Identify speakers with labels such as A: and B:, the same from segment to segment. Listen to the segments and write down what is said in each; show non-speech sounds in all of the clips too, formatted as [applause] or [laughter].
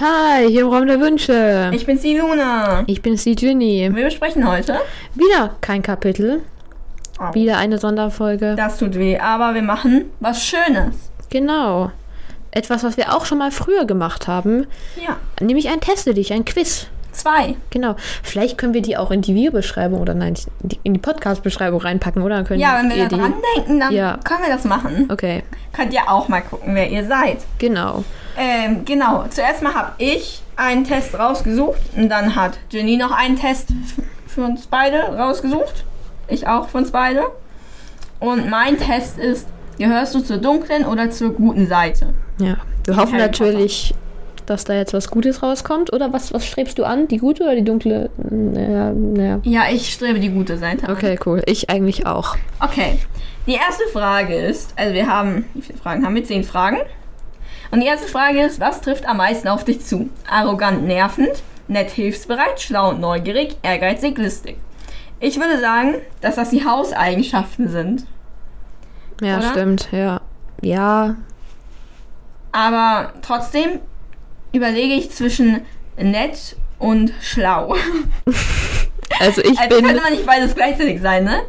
A: Hi, hier im Raum der Wünsche.
B: Ich bin's die Luna.
A: Ich bin's, die Ginny.
B: Wir besprechen heute.
A: Wieder kein Kapitel,
B: Au.
A: wieder eine Sonderfolge.
B: Das tut weh, aber wir machen was Schönes.
A: Genau. Etwas, was wir auch schon mal früher gemacht haben,
B: Ja.
A: nämlich ein Teste dich, ein Quiz.
B: Zwei.
A: Genau. Vielleicht können wir die auch in die Videobeschreibung oder nein, in die- in die Podcast-Beschreibung reinpacken, oder? Dann Können
B: Ja, wenn wir
A: ihr
B: da
A: die-
B: dran denken, dann
A: Ja.
B: können wir das machen.
A: Okay,
B: Könnt ihr auch mal gucken, wer ihr seid.
A: genau.
B: Ähm, genau. Zuerst mal habe ich einen Test rausgesucht und dann hat Jenny noch einen Test f- für uns beide rausgesucht. Ich auch für uns beide. Und mein Test ist, gehörst du zur dunklen oder zur guten Seite?
A: Ja. Wir hoffen
B: Harry
A: natürlich, dass da jetzt was Gutes rauskommt. Oder was, was strebst du an? Die gute oder die dunkle? Naja, naja.
B: Ja, ich strebe die gute Seite an.
A: Okay, cool. Ich eigentlich auch.
B: Okay. Die erste Frage ist, also wir haben, wie viele Fragen haben wir? Zehn Fragen. Und die erste Frage ist, was trifft am meisten auf dich zu? Arrogant, nervend, nett, hilfsbereit, schlau und neugierig, ehrgeizig, listig. Ich würde sagen, dass das die Hauseigenschaften sind.
A: Ja,
B: Oder?
A: stimmt, ja. Ja,
B: Aber trotzdem überlege ich zwischen nett und schlau. [laughs]
A: also ich
B: Also
A: bin,
B: könnte man nicht beides gleichzeitig sein, ne?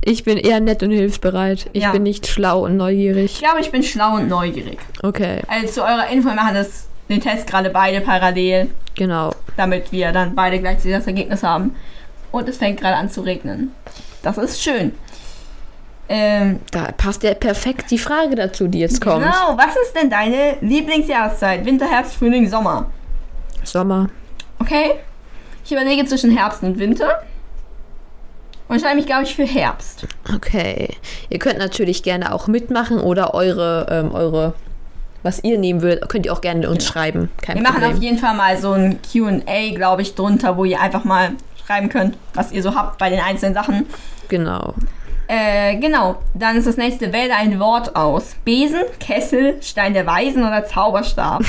A: ich bin eher nett und hilfsbereit. Ich
B: Ja.
A: bin nicht schlau und
B: Ich
A: neugierig.
B: glaube, ich bin schlau und neugierig.
A: Okay,
B: Also zu eurer Info, wir machen das, den Test gerade beide parallel.
A: genau.
B: damit wir dann beide gleichzeitig das Ergebnis haben. Und es fängt gerade an zu regnen. Das ist schön. Ähm,
A: Da passt ja perfekt die Frage dazu, die jetzt kommt.
B: genau, was ist denn deine Lieblingsjahreszeit? Winter, Herbst, Frühling, Sommer.
A: Sommer.
B: Okay? Ich überlege zwischen Herbst und Winter. Und entscheide mich, glaube ich, für Herbst.
A: Okay. Ihr könnt natürlich gerne auch mitmachen oder eure, ähm, eure, was ihr nehmen würdet, könnt ihr auch gerne uns schreiben. Kein
B: Wir machen
A: Problem.
B: auf jeden Fall mal so ein QA, glaube ich, drunter, wo ihr einfach mal schreiben könnt, was ihr so habt bei den einzelnen Sachen.
A: genau.
B: Äh, genau. Dann ist das nächste. Wähle ein Wort aus. Besen, Kessel, Stein der Weisen oder Zauberstab.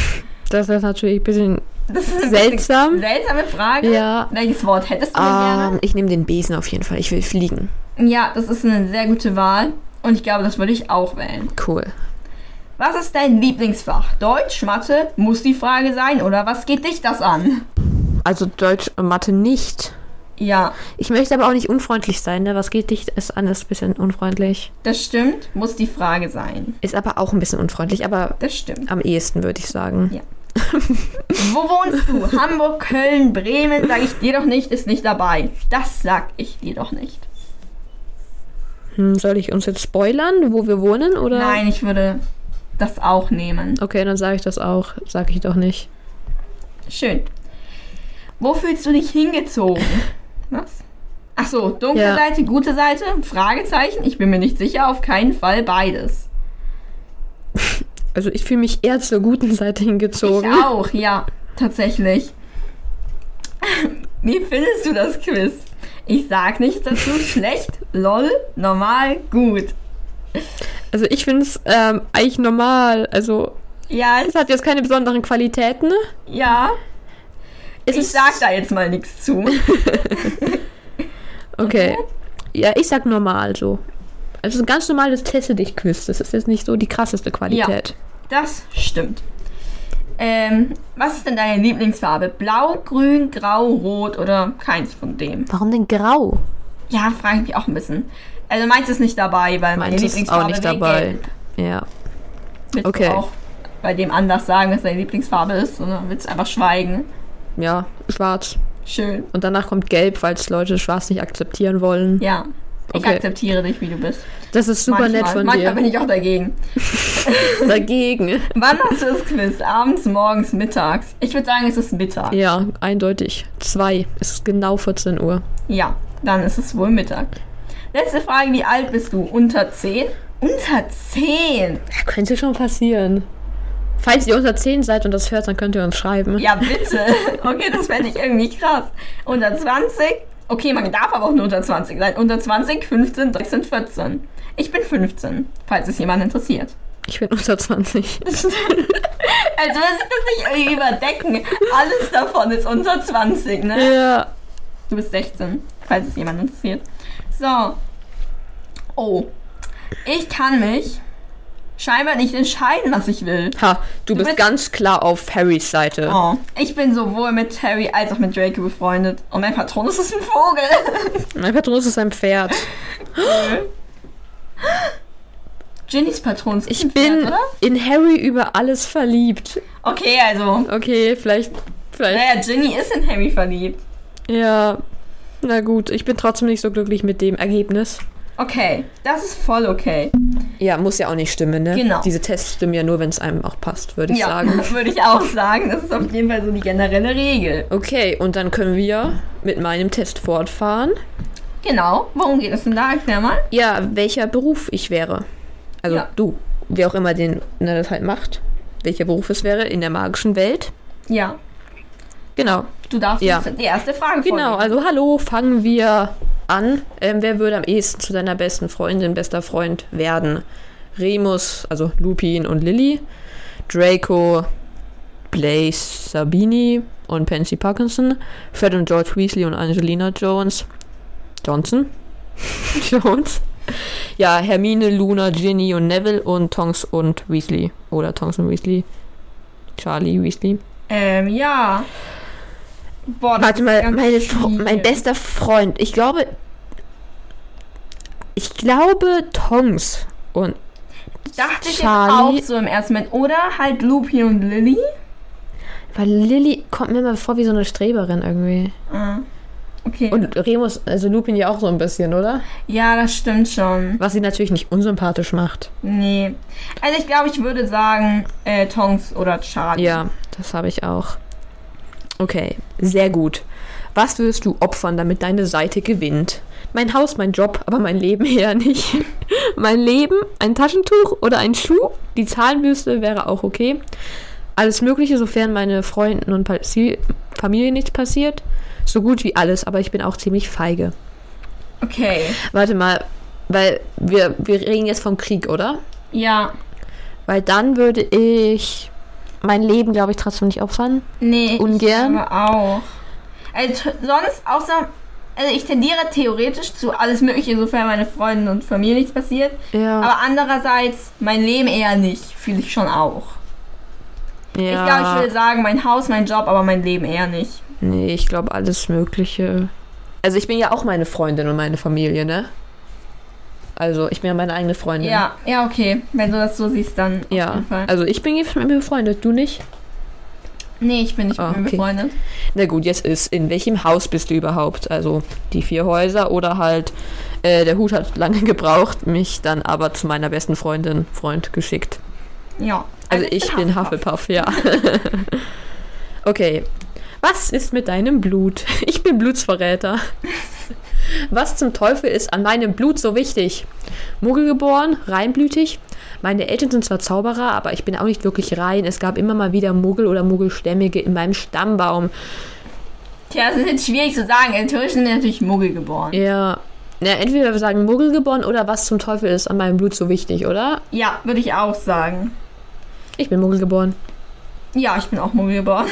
A: Das ist natürlich ein bisschen.
B: Das ist eine
A: Seltsam.
B: bisschen Seltsame Frage.
A: Ja.
B: Welches Wort hättest du denn
A: Ähm, ich nehme den Besen auf jeden Fall. Ich will fliegen.
B: gerne? Ja, das ist eine sehr gute Wahl. Und ich glaube, das würde ich auch wählen.
A: Cool.
B: Was ist dein Lieblingsfach? Deutsch, Mathe, muss die Frage sein oder was geht dich das an?
A: Also Deutsch und Mathe nicht.
B: Ja,
A: Ich möchte aber auch nicht unfreundlich sein, ne? Was geht dich ist an, ist ein bisschen unfreundlich.
B: das stimmt, muss die Frage sein.
A: Ist aber auch ein bisschen unfreundlich, aber
B: Das stimmt.
A: am ehesten würde ich sagen.
B: Wo
A: [laughs]
B: wohnst du? Hamburg, Köln, Bremen, sag ich dir doch nicht, ist nicht dabei. Das sag ich dir doch nicht.
A: Hm, soll ich uns jetzt spoilern, wo wir wohnen oder?
B: Nein, ich würde das auch nehmen.
A: Okay, dann sage ich das auch. Sage ich doch nicht.
B: Schön. Wo fühlst du dich hingezogen? Was? Ach so, dunkle
A: Ja.
B: Seite, gute Seite? Fragezeichen? Ich bin mir nicht sicher, auf keinen Fall beides.
A: Also ich fühle mich eher zur guten Seite hingezogen.
B: Ich auch, ja, tatsächlich. [laughs] Wie findest du das Quiz? Ich sag nichts dazu, schlecht, lol, normal, gut.
A: Also ich finde es ähm, eigentlich normal. Also
B: Ja,
A: es hat jetzt keine besonderen Qualitäten.
B: ja,
A: Es
B: ich
A: ist-
B: sag da jetzt mal nichts zu.
A: Okay. Ja, ich sag normal so. Also es ist ein ganz normales Teste dich Quiz. Das ist jetzt nicht so die krasseste Qualität.
B: Das stimmt. Ähm, was ist denn deine Lieblingsfarbe? Blau, grün, grau, rot oder keins von dem?
A: Warum denn grau?
B: Ja, frage ich mich auch ein bisschen. Also meins ist nicht dabei, weil meine
A: Meins ist auch
B: Lieblingsfarbe
A: nicht
B: wäre
A: dabei.
B: Gelb.
A: Ja.
B: Willst
A: Okay.
B: du auch bei dem anders sagen, dass deine Lieblingsfarbe ist oder willst du einfach schweigen?
A: Ja, schwarz.
B: Schön.
A: Und danach kommt gelb, falls Leute schwarz nicht akzeptieren wollen.
B: Ja. Ich
A: Okay.
B: akzeptiere dich, wie du bist.
A: Das ist super
B: Manchmal.
A: nett von
B: Manchmal bin
A: dir.
B: ich auch dagegen. [laughs]
A: Dagegen.
B: Wann hast du das Quiz? Abends, morgens, mittags? Ich würde sagen, es ist Mittag.
A: Ja, eindeutig. Zwei. Es ist genau 14 Uhr.
B: Ja, dann ist es wohl Mittag. Letzte Frage, wie alt bist du? Unter 10? Unter 10?
A: Ja, könnte schon passieren. Falls ihr unter 10 seid und das hört, dann könnt ihr uns schreiben.
B: Ja, bitte. [laughs] Okay, das fände ich irgendwie krass. Unter 20? Okay, man darf aber auch nur unter 20 sein. Unter 20, 15, 13, 14. Ich bin 15, falls es jemand interessiert.
A: Ich bin unter
B: [laughs]
A: 20.
B: Also man sieht Also, das nicht irgendwie überdecken. Alles davon ist unter 20, ne?
A: Ja.
B: Du bist 16, falls es jemand interessiert. So. Oh. Ich kann mich scheinbar nicht entscheiden, was ich will.
A: Ha, du, bist
B: bist-
A: ganz klar auf Harrys Seite.
B: Oh, ich bin sowohl mit Harry als auch mit Draco befreundet. Und mein Patron ist ein Vogel. [laughs]
A: Mein Patronus ist ein Pferd.
B: [laughs] Ginnys Patron ist
A: Ich
B: ein
A: bin
B: Pferd, oder?
A: in Harry über alles verliebt.
B: Okay, also.
A: Okay, vielleicht, vielleicht,
B: Naja, Ginny ist in Harry verliebt.
A: ja. Na gut, ich bin trotzdem nicht so glücklich mit dem Ergebnis.
B: Okay, das ist voll okay.
A: Ja, muss ja auch nicht stimmen, ne?
B: Genau.
A: Diese Tests stimmen ja nur, wenn es einem auch passt, würde ich
B: ja,
A: sagen.
B: [laughs] würde ich auch sagen. Das ist auf jeden Fall so die generelle Regel.
A: Okay, und dann können wir mit meinem Test fortfahren.
B: Genau. Worum geht es denn da? Erklär mal.
A: Ja, welcher Beruf ich wäre. Also
B: Ja.
A: du, wer auch immer den na, das halt macht, welcher Beruf es wäre in der magischen Welt.
B: Ja.
A: Genau.
B: Du darfst
A: Ja.
B: jetzt die erste Frage
A: Genau,
B: vorlesen.
A: also hallo, fangen wir an. Ähm, wer würde am ehesten zu deiner besten Freundin, bester Freund werden? Remus, also Lupin und Lily, Draco, Blaze Sabini und Pansy Parkinson, Fred und George Weasley und Angelina Jones, Johnson, [laughs] Jones, ja, Hermine, Luna, Ginny und Neville und Tonks und Weasley oder Tonks und Weasley, Charlie Weasley.
B: Ähm, ja. Boah, das
A: Warte
B: ist
A: mal,
B: ganz
A: meine, Fr-
B: viel.
A: mein bester Freund. Ich glaube. Ich glaube Tongs. Und
B: Dachte ich jetzt
A: Charlie-
B: auch so im ersten Moment. Oder halt Lupin und Lily.
A: weil Lilly kommt mir immer vor wie so eine Streberin irgendwie.
B: Ah, Okay.
A: Und Remus, also Lupin ja auch so ein bisschen, oder?
B: ja, das stimmt schon.
A: Was sie natürlich nicht unsympathisch macht.
B: Nee. Also ich glaube, ich würde sagen äh, Tonks oder Charlie.
A: Ja, das habe ich auch. Okay, sehr gut. Was würdest du opfern, damit deine Seite gewinnt? Mein Haus, mein Job, aber mein Leben [laughs] eher nicht. mein Leben, ein Taschentuch oder ein Schuh? Die Zahlenbüste wäre auch okay. Alles Mögliche, sofern meine Freunden und Pasi- Familie nichts passiert. So gut wie alles, aber ich bin auch ziemlich feige.
B: Okay.
A: Warte mal, weil wir, wir reden jetzt vom Krieg, oder?
B: Ja.
A: Weil dann würde ich mein Leben, glaube ich, trotzdem nicht opfern.
B: Nee.
A: Ungern?
B: Ich glaube auch. Also t- sonst, außer. Also ich tendiere theoretisch zu alles Mögliche, sofern meine Freunde und Familie nichts passiert.
A: Ja.
B: Aber andererseits, mein Leben eher nicht, fühle ich schon auch. Ich glaube, ich würde sagen, mein Haus, mein Job, aber mein Leben eher nicht.
A: Nee, ich glaube alles Mögliche. Also ich bin ja auch meine Freundin und meine Familie, ne? Also ich bin ja meine eigene Freundin.
B: Ja, ja, okay. Wenn du das so siehst, dann auf
A: Ja.
B: jeden Fall.
A: Also ich bin jetzt mit mir befreundet, du nicht?
B: nee, ich bin nicht
A: Ah,
B: mit mir
A: okay.
B: befreundet.
A: Na gut, jetzt ist, in welchem Haus bist du überhaupt? Also die vier Häuser oder halt, äh, der Hut hat lange [laughs] gebraucht, mich dann aber zu meiner besten Freundin, Freund geschickt.
B: Ja.
A: Also, ich bin
B: Hufflepuff.
A: Hufflepuff, ja. [laughs] okay. Was ist mit deinem Blut? Ich bin Blutsverräter. Was zum Teufel ist an meinem Blut so wichtig? Muggel geboren, reinblütig. Meine Eltern sind zwar Zauberer, aber ich bin auch nicht wirklich rein. Es gab immer mal wieder Muggel oder Muggelstämmige in meinem Stammbaum.
B: Tja, das ist jetzt schwierig zu sagen. Inzwischen sind natürlich Muggel geboren.
A: Ja. Na, entweder wir sagen Muggel geboren oder was zum Teufel ist an meinem Blut so wichtig, oder?
B: Ja, würde ich auch sagen.
A: Ich bin Muggel geboren.
B: Ja, ich bin auch Muggel geboren.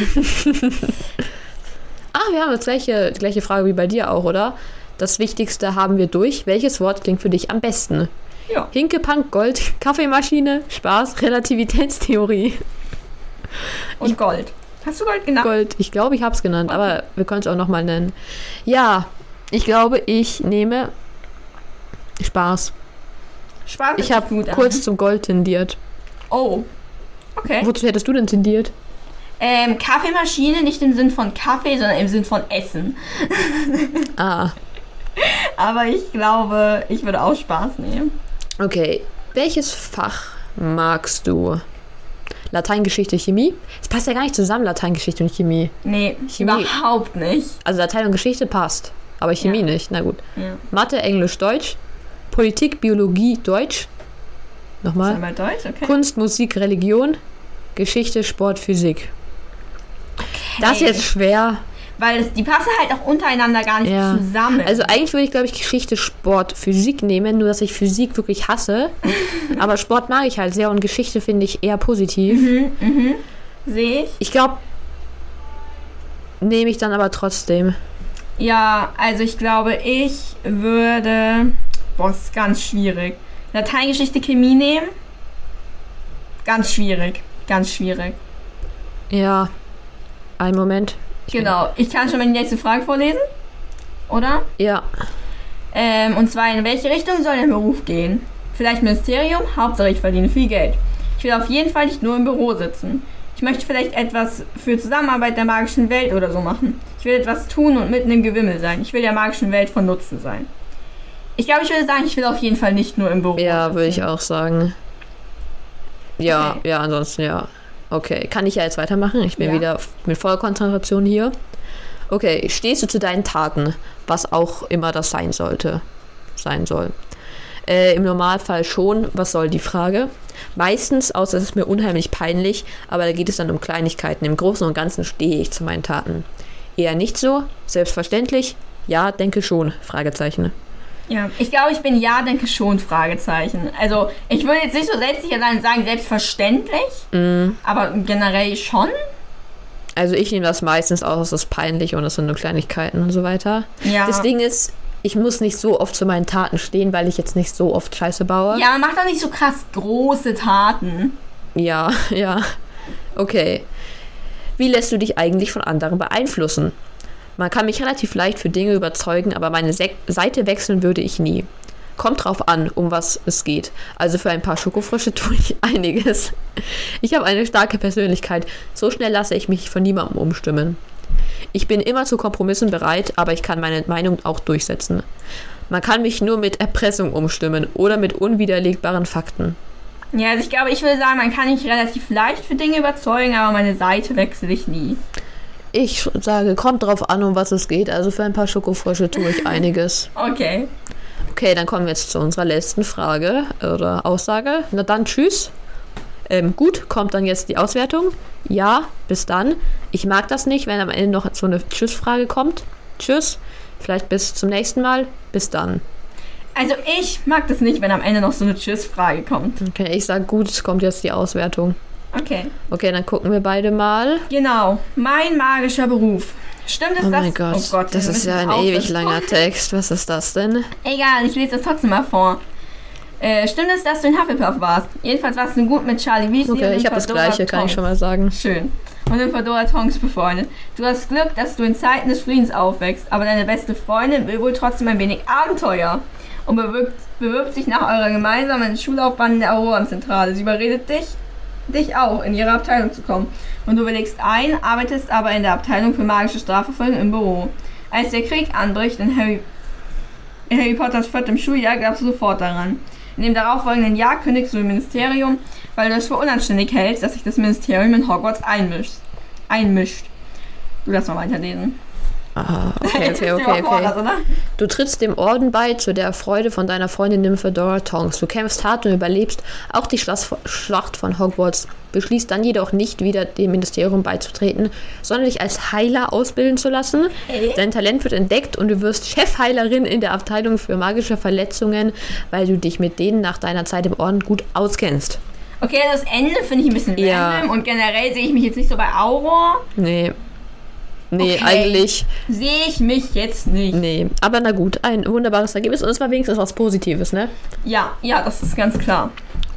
A: Ah, wir haben das gleiche, die gleiche Frage wie bei dir auch, oder? Das Wichtigste haben wir durch. Welches Wort klingt für dich am besten?
B: ja.
A: Hinkepank, Gold, [laughs] Kaffeemaschine, Spaß, Relativitätstheorie.
B: Und Gold. Hast du Gold Genau. genannt?
A: Gold, ich glaube, ich habe es genannt, aber wir können es auch nochmal nennen. Ja, ich glaube, ich nehme Spaß.
B: Spaß
A: Ich
B: ist
A: habe
B: gut an.
A: kurz zum Gold tendiert.
B: Oh. Okay.
A: Wozu hättest du denn tendiert?
B: Ähm, Kaffeemaschine nicht im Sinn von Kaffee, sondern im Sinn von Essen.
A: Ah,
B: Aber ich glaube, ich würde auch Spaß nehmen.
A: okay. Welches Fach magst du? Lateingeschichte, Chemie? Es passt ja gar nicht zusammen, Lateingeschichte und Chemie.
B: Nee,
A: Chemie.
B: überhaupt nicht.
A: Also Latein und Geschichte passt, aber Chemie
B: Ja.
A: nicht. Na gut.
B: Ja.
A: Mathe, Englisch, Deutsch. Politik, Biologie, Deutsch. Nochmal.
B: Einmal Deutsch, okay.
A: Kunst, Musik, Religion. Geschichte, Sport, Physik. Das ist jetzt schwer.
B: Weil es, die passen halt auch untereinander gar nicht
A: Ja.
B: zusammen.
A: Also eigentlich würde ich, glaube ich, Geschichte, Sport, Physik nehmen, nur dass ich Physik wirklich
B: [laughs]
A: hasse. Aber Sport mag ich halt sehr und Geschichte finde ich eher positiv.
B: Mhm. sehe ich.
A: Ich glaube, nehme ich dann aber trotzdem.
B: Ja, also ich glaube, ich würde. Boah, ist ganz schwierig. Lateingeschichte, Chemie nehmen. Ganz schwierig. Ganz schwierig.
A: Ja. Ein Moment.
B: Genau. Ich kann schon mal die nächste Frage vorlesen. Oder?
A: Ja.
B: Ähm, und zwar, in welche Richtung soll der Beruf gehen? Vielleicht Ministerium? Hauptsache, ich verdiene viel Geld. Ich will auf jeden Fall nicht nur im Büro sitzen. Ich möchte vielleicht etwas für Zusammenarbeit der magischen Welt oder so machen. Ich will etwas tun und mitten im Gewimmel sein. Ich will der magischen Welt von Nutzen sein. Ich glaube, ich würde sagen, ich will auf jeden Fall nicht nur im Büro
A: Ja, würde ich
B: sitzen.
A: auch sagen. Ja,
B: Okay.
A: ja, ansonsten ja. Okay, kann ich ja jetzt weitermachen? Ich bin
B: Ja.
A: wieder f- mit voller Konzentration hier. Okay, stehst du zu deinen Taten, was auch immer das sein sollte, sein soll? Äh, Im Normalfall schon, was soll die Frage? Meistens, außer es ist mir unheimlich peinlich, aber da geht es dann um Kleinigkeiten. Im Großen und Ganzen stehe ich zu meinen Taten. Eher nicht so, selbstverständlich. Ja, denke schon, Fragezeichen.
B: Ja, ich glaube, ich bin ja, denke schon, Fragezeichen. Also, ich würde jetzt nicht so selbstsicher sein und sagen, selbstverständlich,
A: Mhm.
B: aber generell schon.
A: Also ich nehme das meistens aus, es ist peinlich und es sind nur Kleinigkeiten und so weiter.
B: Ja.
A: Das Ding ist, ich muss nicht so oft zu meinen Taten stehen, weil ich jetzt nicht so oft Scheiße baue.
B: Ja, man macht doch nicht so krass große Taten.
A: Ja, [laughs] ja. Okay. Wie lässt du dich eigentlich von anderen beeinflussen? Man kann mich relativ leicht für Dinge überzeugen, aber meine Sek Seite wechseln würde ich nie. Kommt drauf an, um was es geht. Also für ein paar Schokofrösche [laughs] tue ich einiges. Ich habe eine starke Persönlichkeit. So schnell lasse ich mich von niemandem umstimmen. Ich bin immer zu Kompromissen bereit, aber ich kann meine Meinung auch durchsetzen. Man kann mich nur mit Erpressung umstimmen oder mit unwiderlegbaren Fakten.
B: Ja, also ich glaube, ich würde sagen, man kann mich relativ leicht für Dinge überzeugen, aber meine Seite wechsle ich nie.
A: Ich sage, kommt drauf an, um was es geht. Also für ein paar Schokofrösche tue ich einiges.
B: Okay.
A: Okay, dann kommen wir jetzt zu unserer letzten Frage oder Aussage. Na dann, tschüss. Ähm, gut, kommt dann jetzt die Auswertung. Ja, bis dann. Ich mag das nicht, wenn am Ende noch so eine Tschüss-Frage kommt. Tschüss. Vielleicht bis zum nächsten Mal. Bis dann.
B: Also, ich mag das nicht, wenn am Ende noch so eine Tschüss-Frage kommt.
A: Okay, ich sage gut, es kommt jetzt die Auswertung.
B: Okay.
A: Okay, dann gucken wir beide mal.
B: Genau. Mein magischer Beruf. Stimmt es
A: Oh
B: das?
A: mein Gott, das
B: wir
A: ist ja
B: müssen
A: ein
B: aufhören.
A: ewig langer Text. Was ist das denn?
B: Egal, ich lese das trotzdem mal vor. Äh, stimmt es, dass du in Hufflepuff warst? Jedenfalls warst du gut mit Charlie Weasley und
A: Okay,
B: mit
A: ich habe das
B: Fedora
A: gleiche, kann ich
B: Tonks.
A: schon mal sagen.
B: Schön. Und mit Fedora Tonks befreundet. Du hast Glück, dass du in Zeiten des Friedens aufwächst, aber deine beste Freundin will wohl trotzdem ein wenig Abenteuer und bewirbt, bewirbt sich nach eurer gemeinsamen Schullaufbahn in der Aurorenzentrale. Sie überredet dich, dich auch, in ihre Abteilung zu kommen. Und du willigst ein, arbeitest aber in der Abteilung für magische Strafverfolgung im Büro. Als der Krieg anbricht in Harry, in Harry Potters viertem Schuljahr, glaubst du sofort daran. In dem darauffolgenden Jahr kündigst du im Ministerium, weil du es für unanständig hältst, dass sich das Ministerium in Hogwarts einmischt. einmischt. Du lass mal weiterlesen.
A: Ah, okay,
B: Jetzt
A: okay,
B: bist du
A: okay, okay.
B: überfordert, oder?
A: Du trittst dem Orden bei zu der Freude von deiner Freundin Nymphadora Tonks. Du kämpfst hart und überlebst auch die Schlas- Schlacht von Hogwarts, beschließt dann jedoch nicht wieder dem Ministerium beizutreten, sondern dich als Heiler ausbilden zu lassen.
B: Hey.
A: Dein Talent wird entdeckt und du wirst Chefheilerin in der Abteilung für magische Verletzungen, weil du dich mit denen nach deiner Zeit im Orden gut auskennst.
B: Okay, das Ende finde ich ein bisschen
A: Ja.
B: random und generell sehe ich mich jetzt nicht so bei Auror.
A: Nee. Nee,
B: Okay.
A: eigentlich
B: Sehe ich mich jetzt nicht.
A: nee. Aber na gut, ein wunderbares Ergebnis und es war wenigstens was Positives, ne?
B: Ja, ja, das ist ganz klar.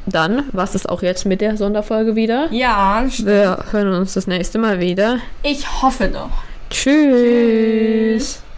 A: Dann was ist auch jetzt mit der Sonderfolge wieder.
B: Ja, st-
A: Wir hören uns das nächste Mal wieder.
B: ich hoffe doch.
A: Tschüss.
B: Tschüss.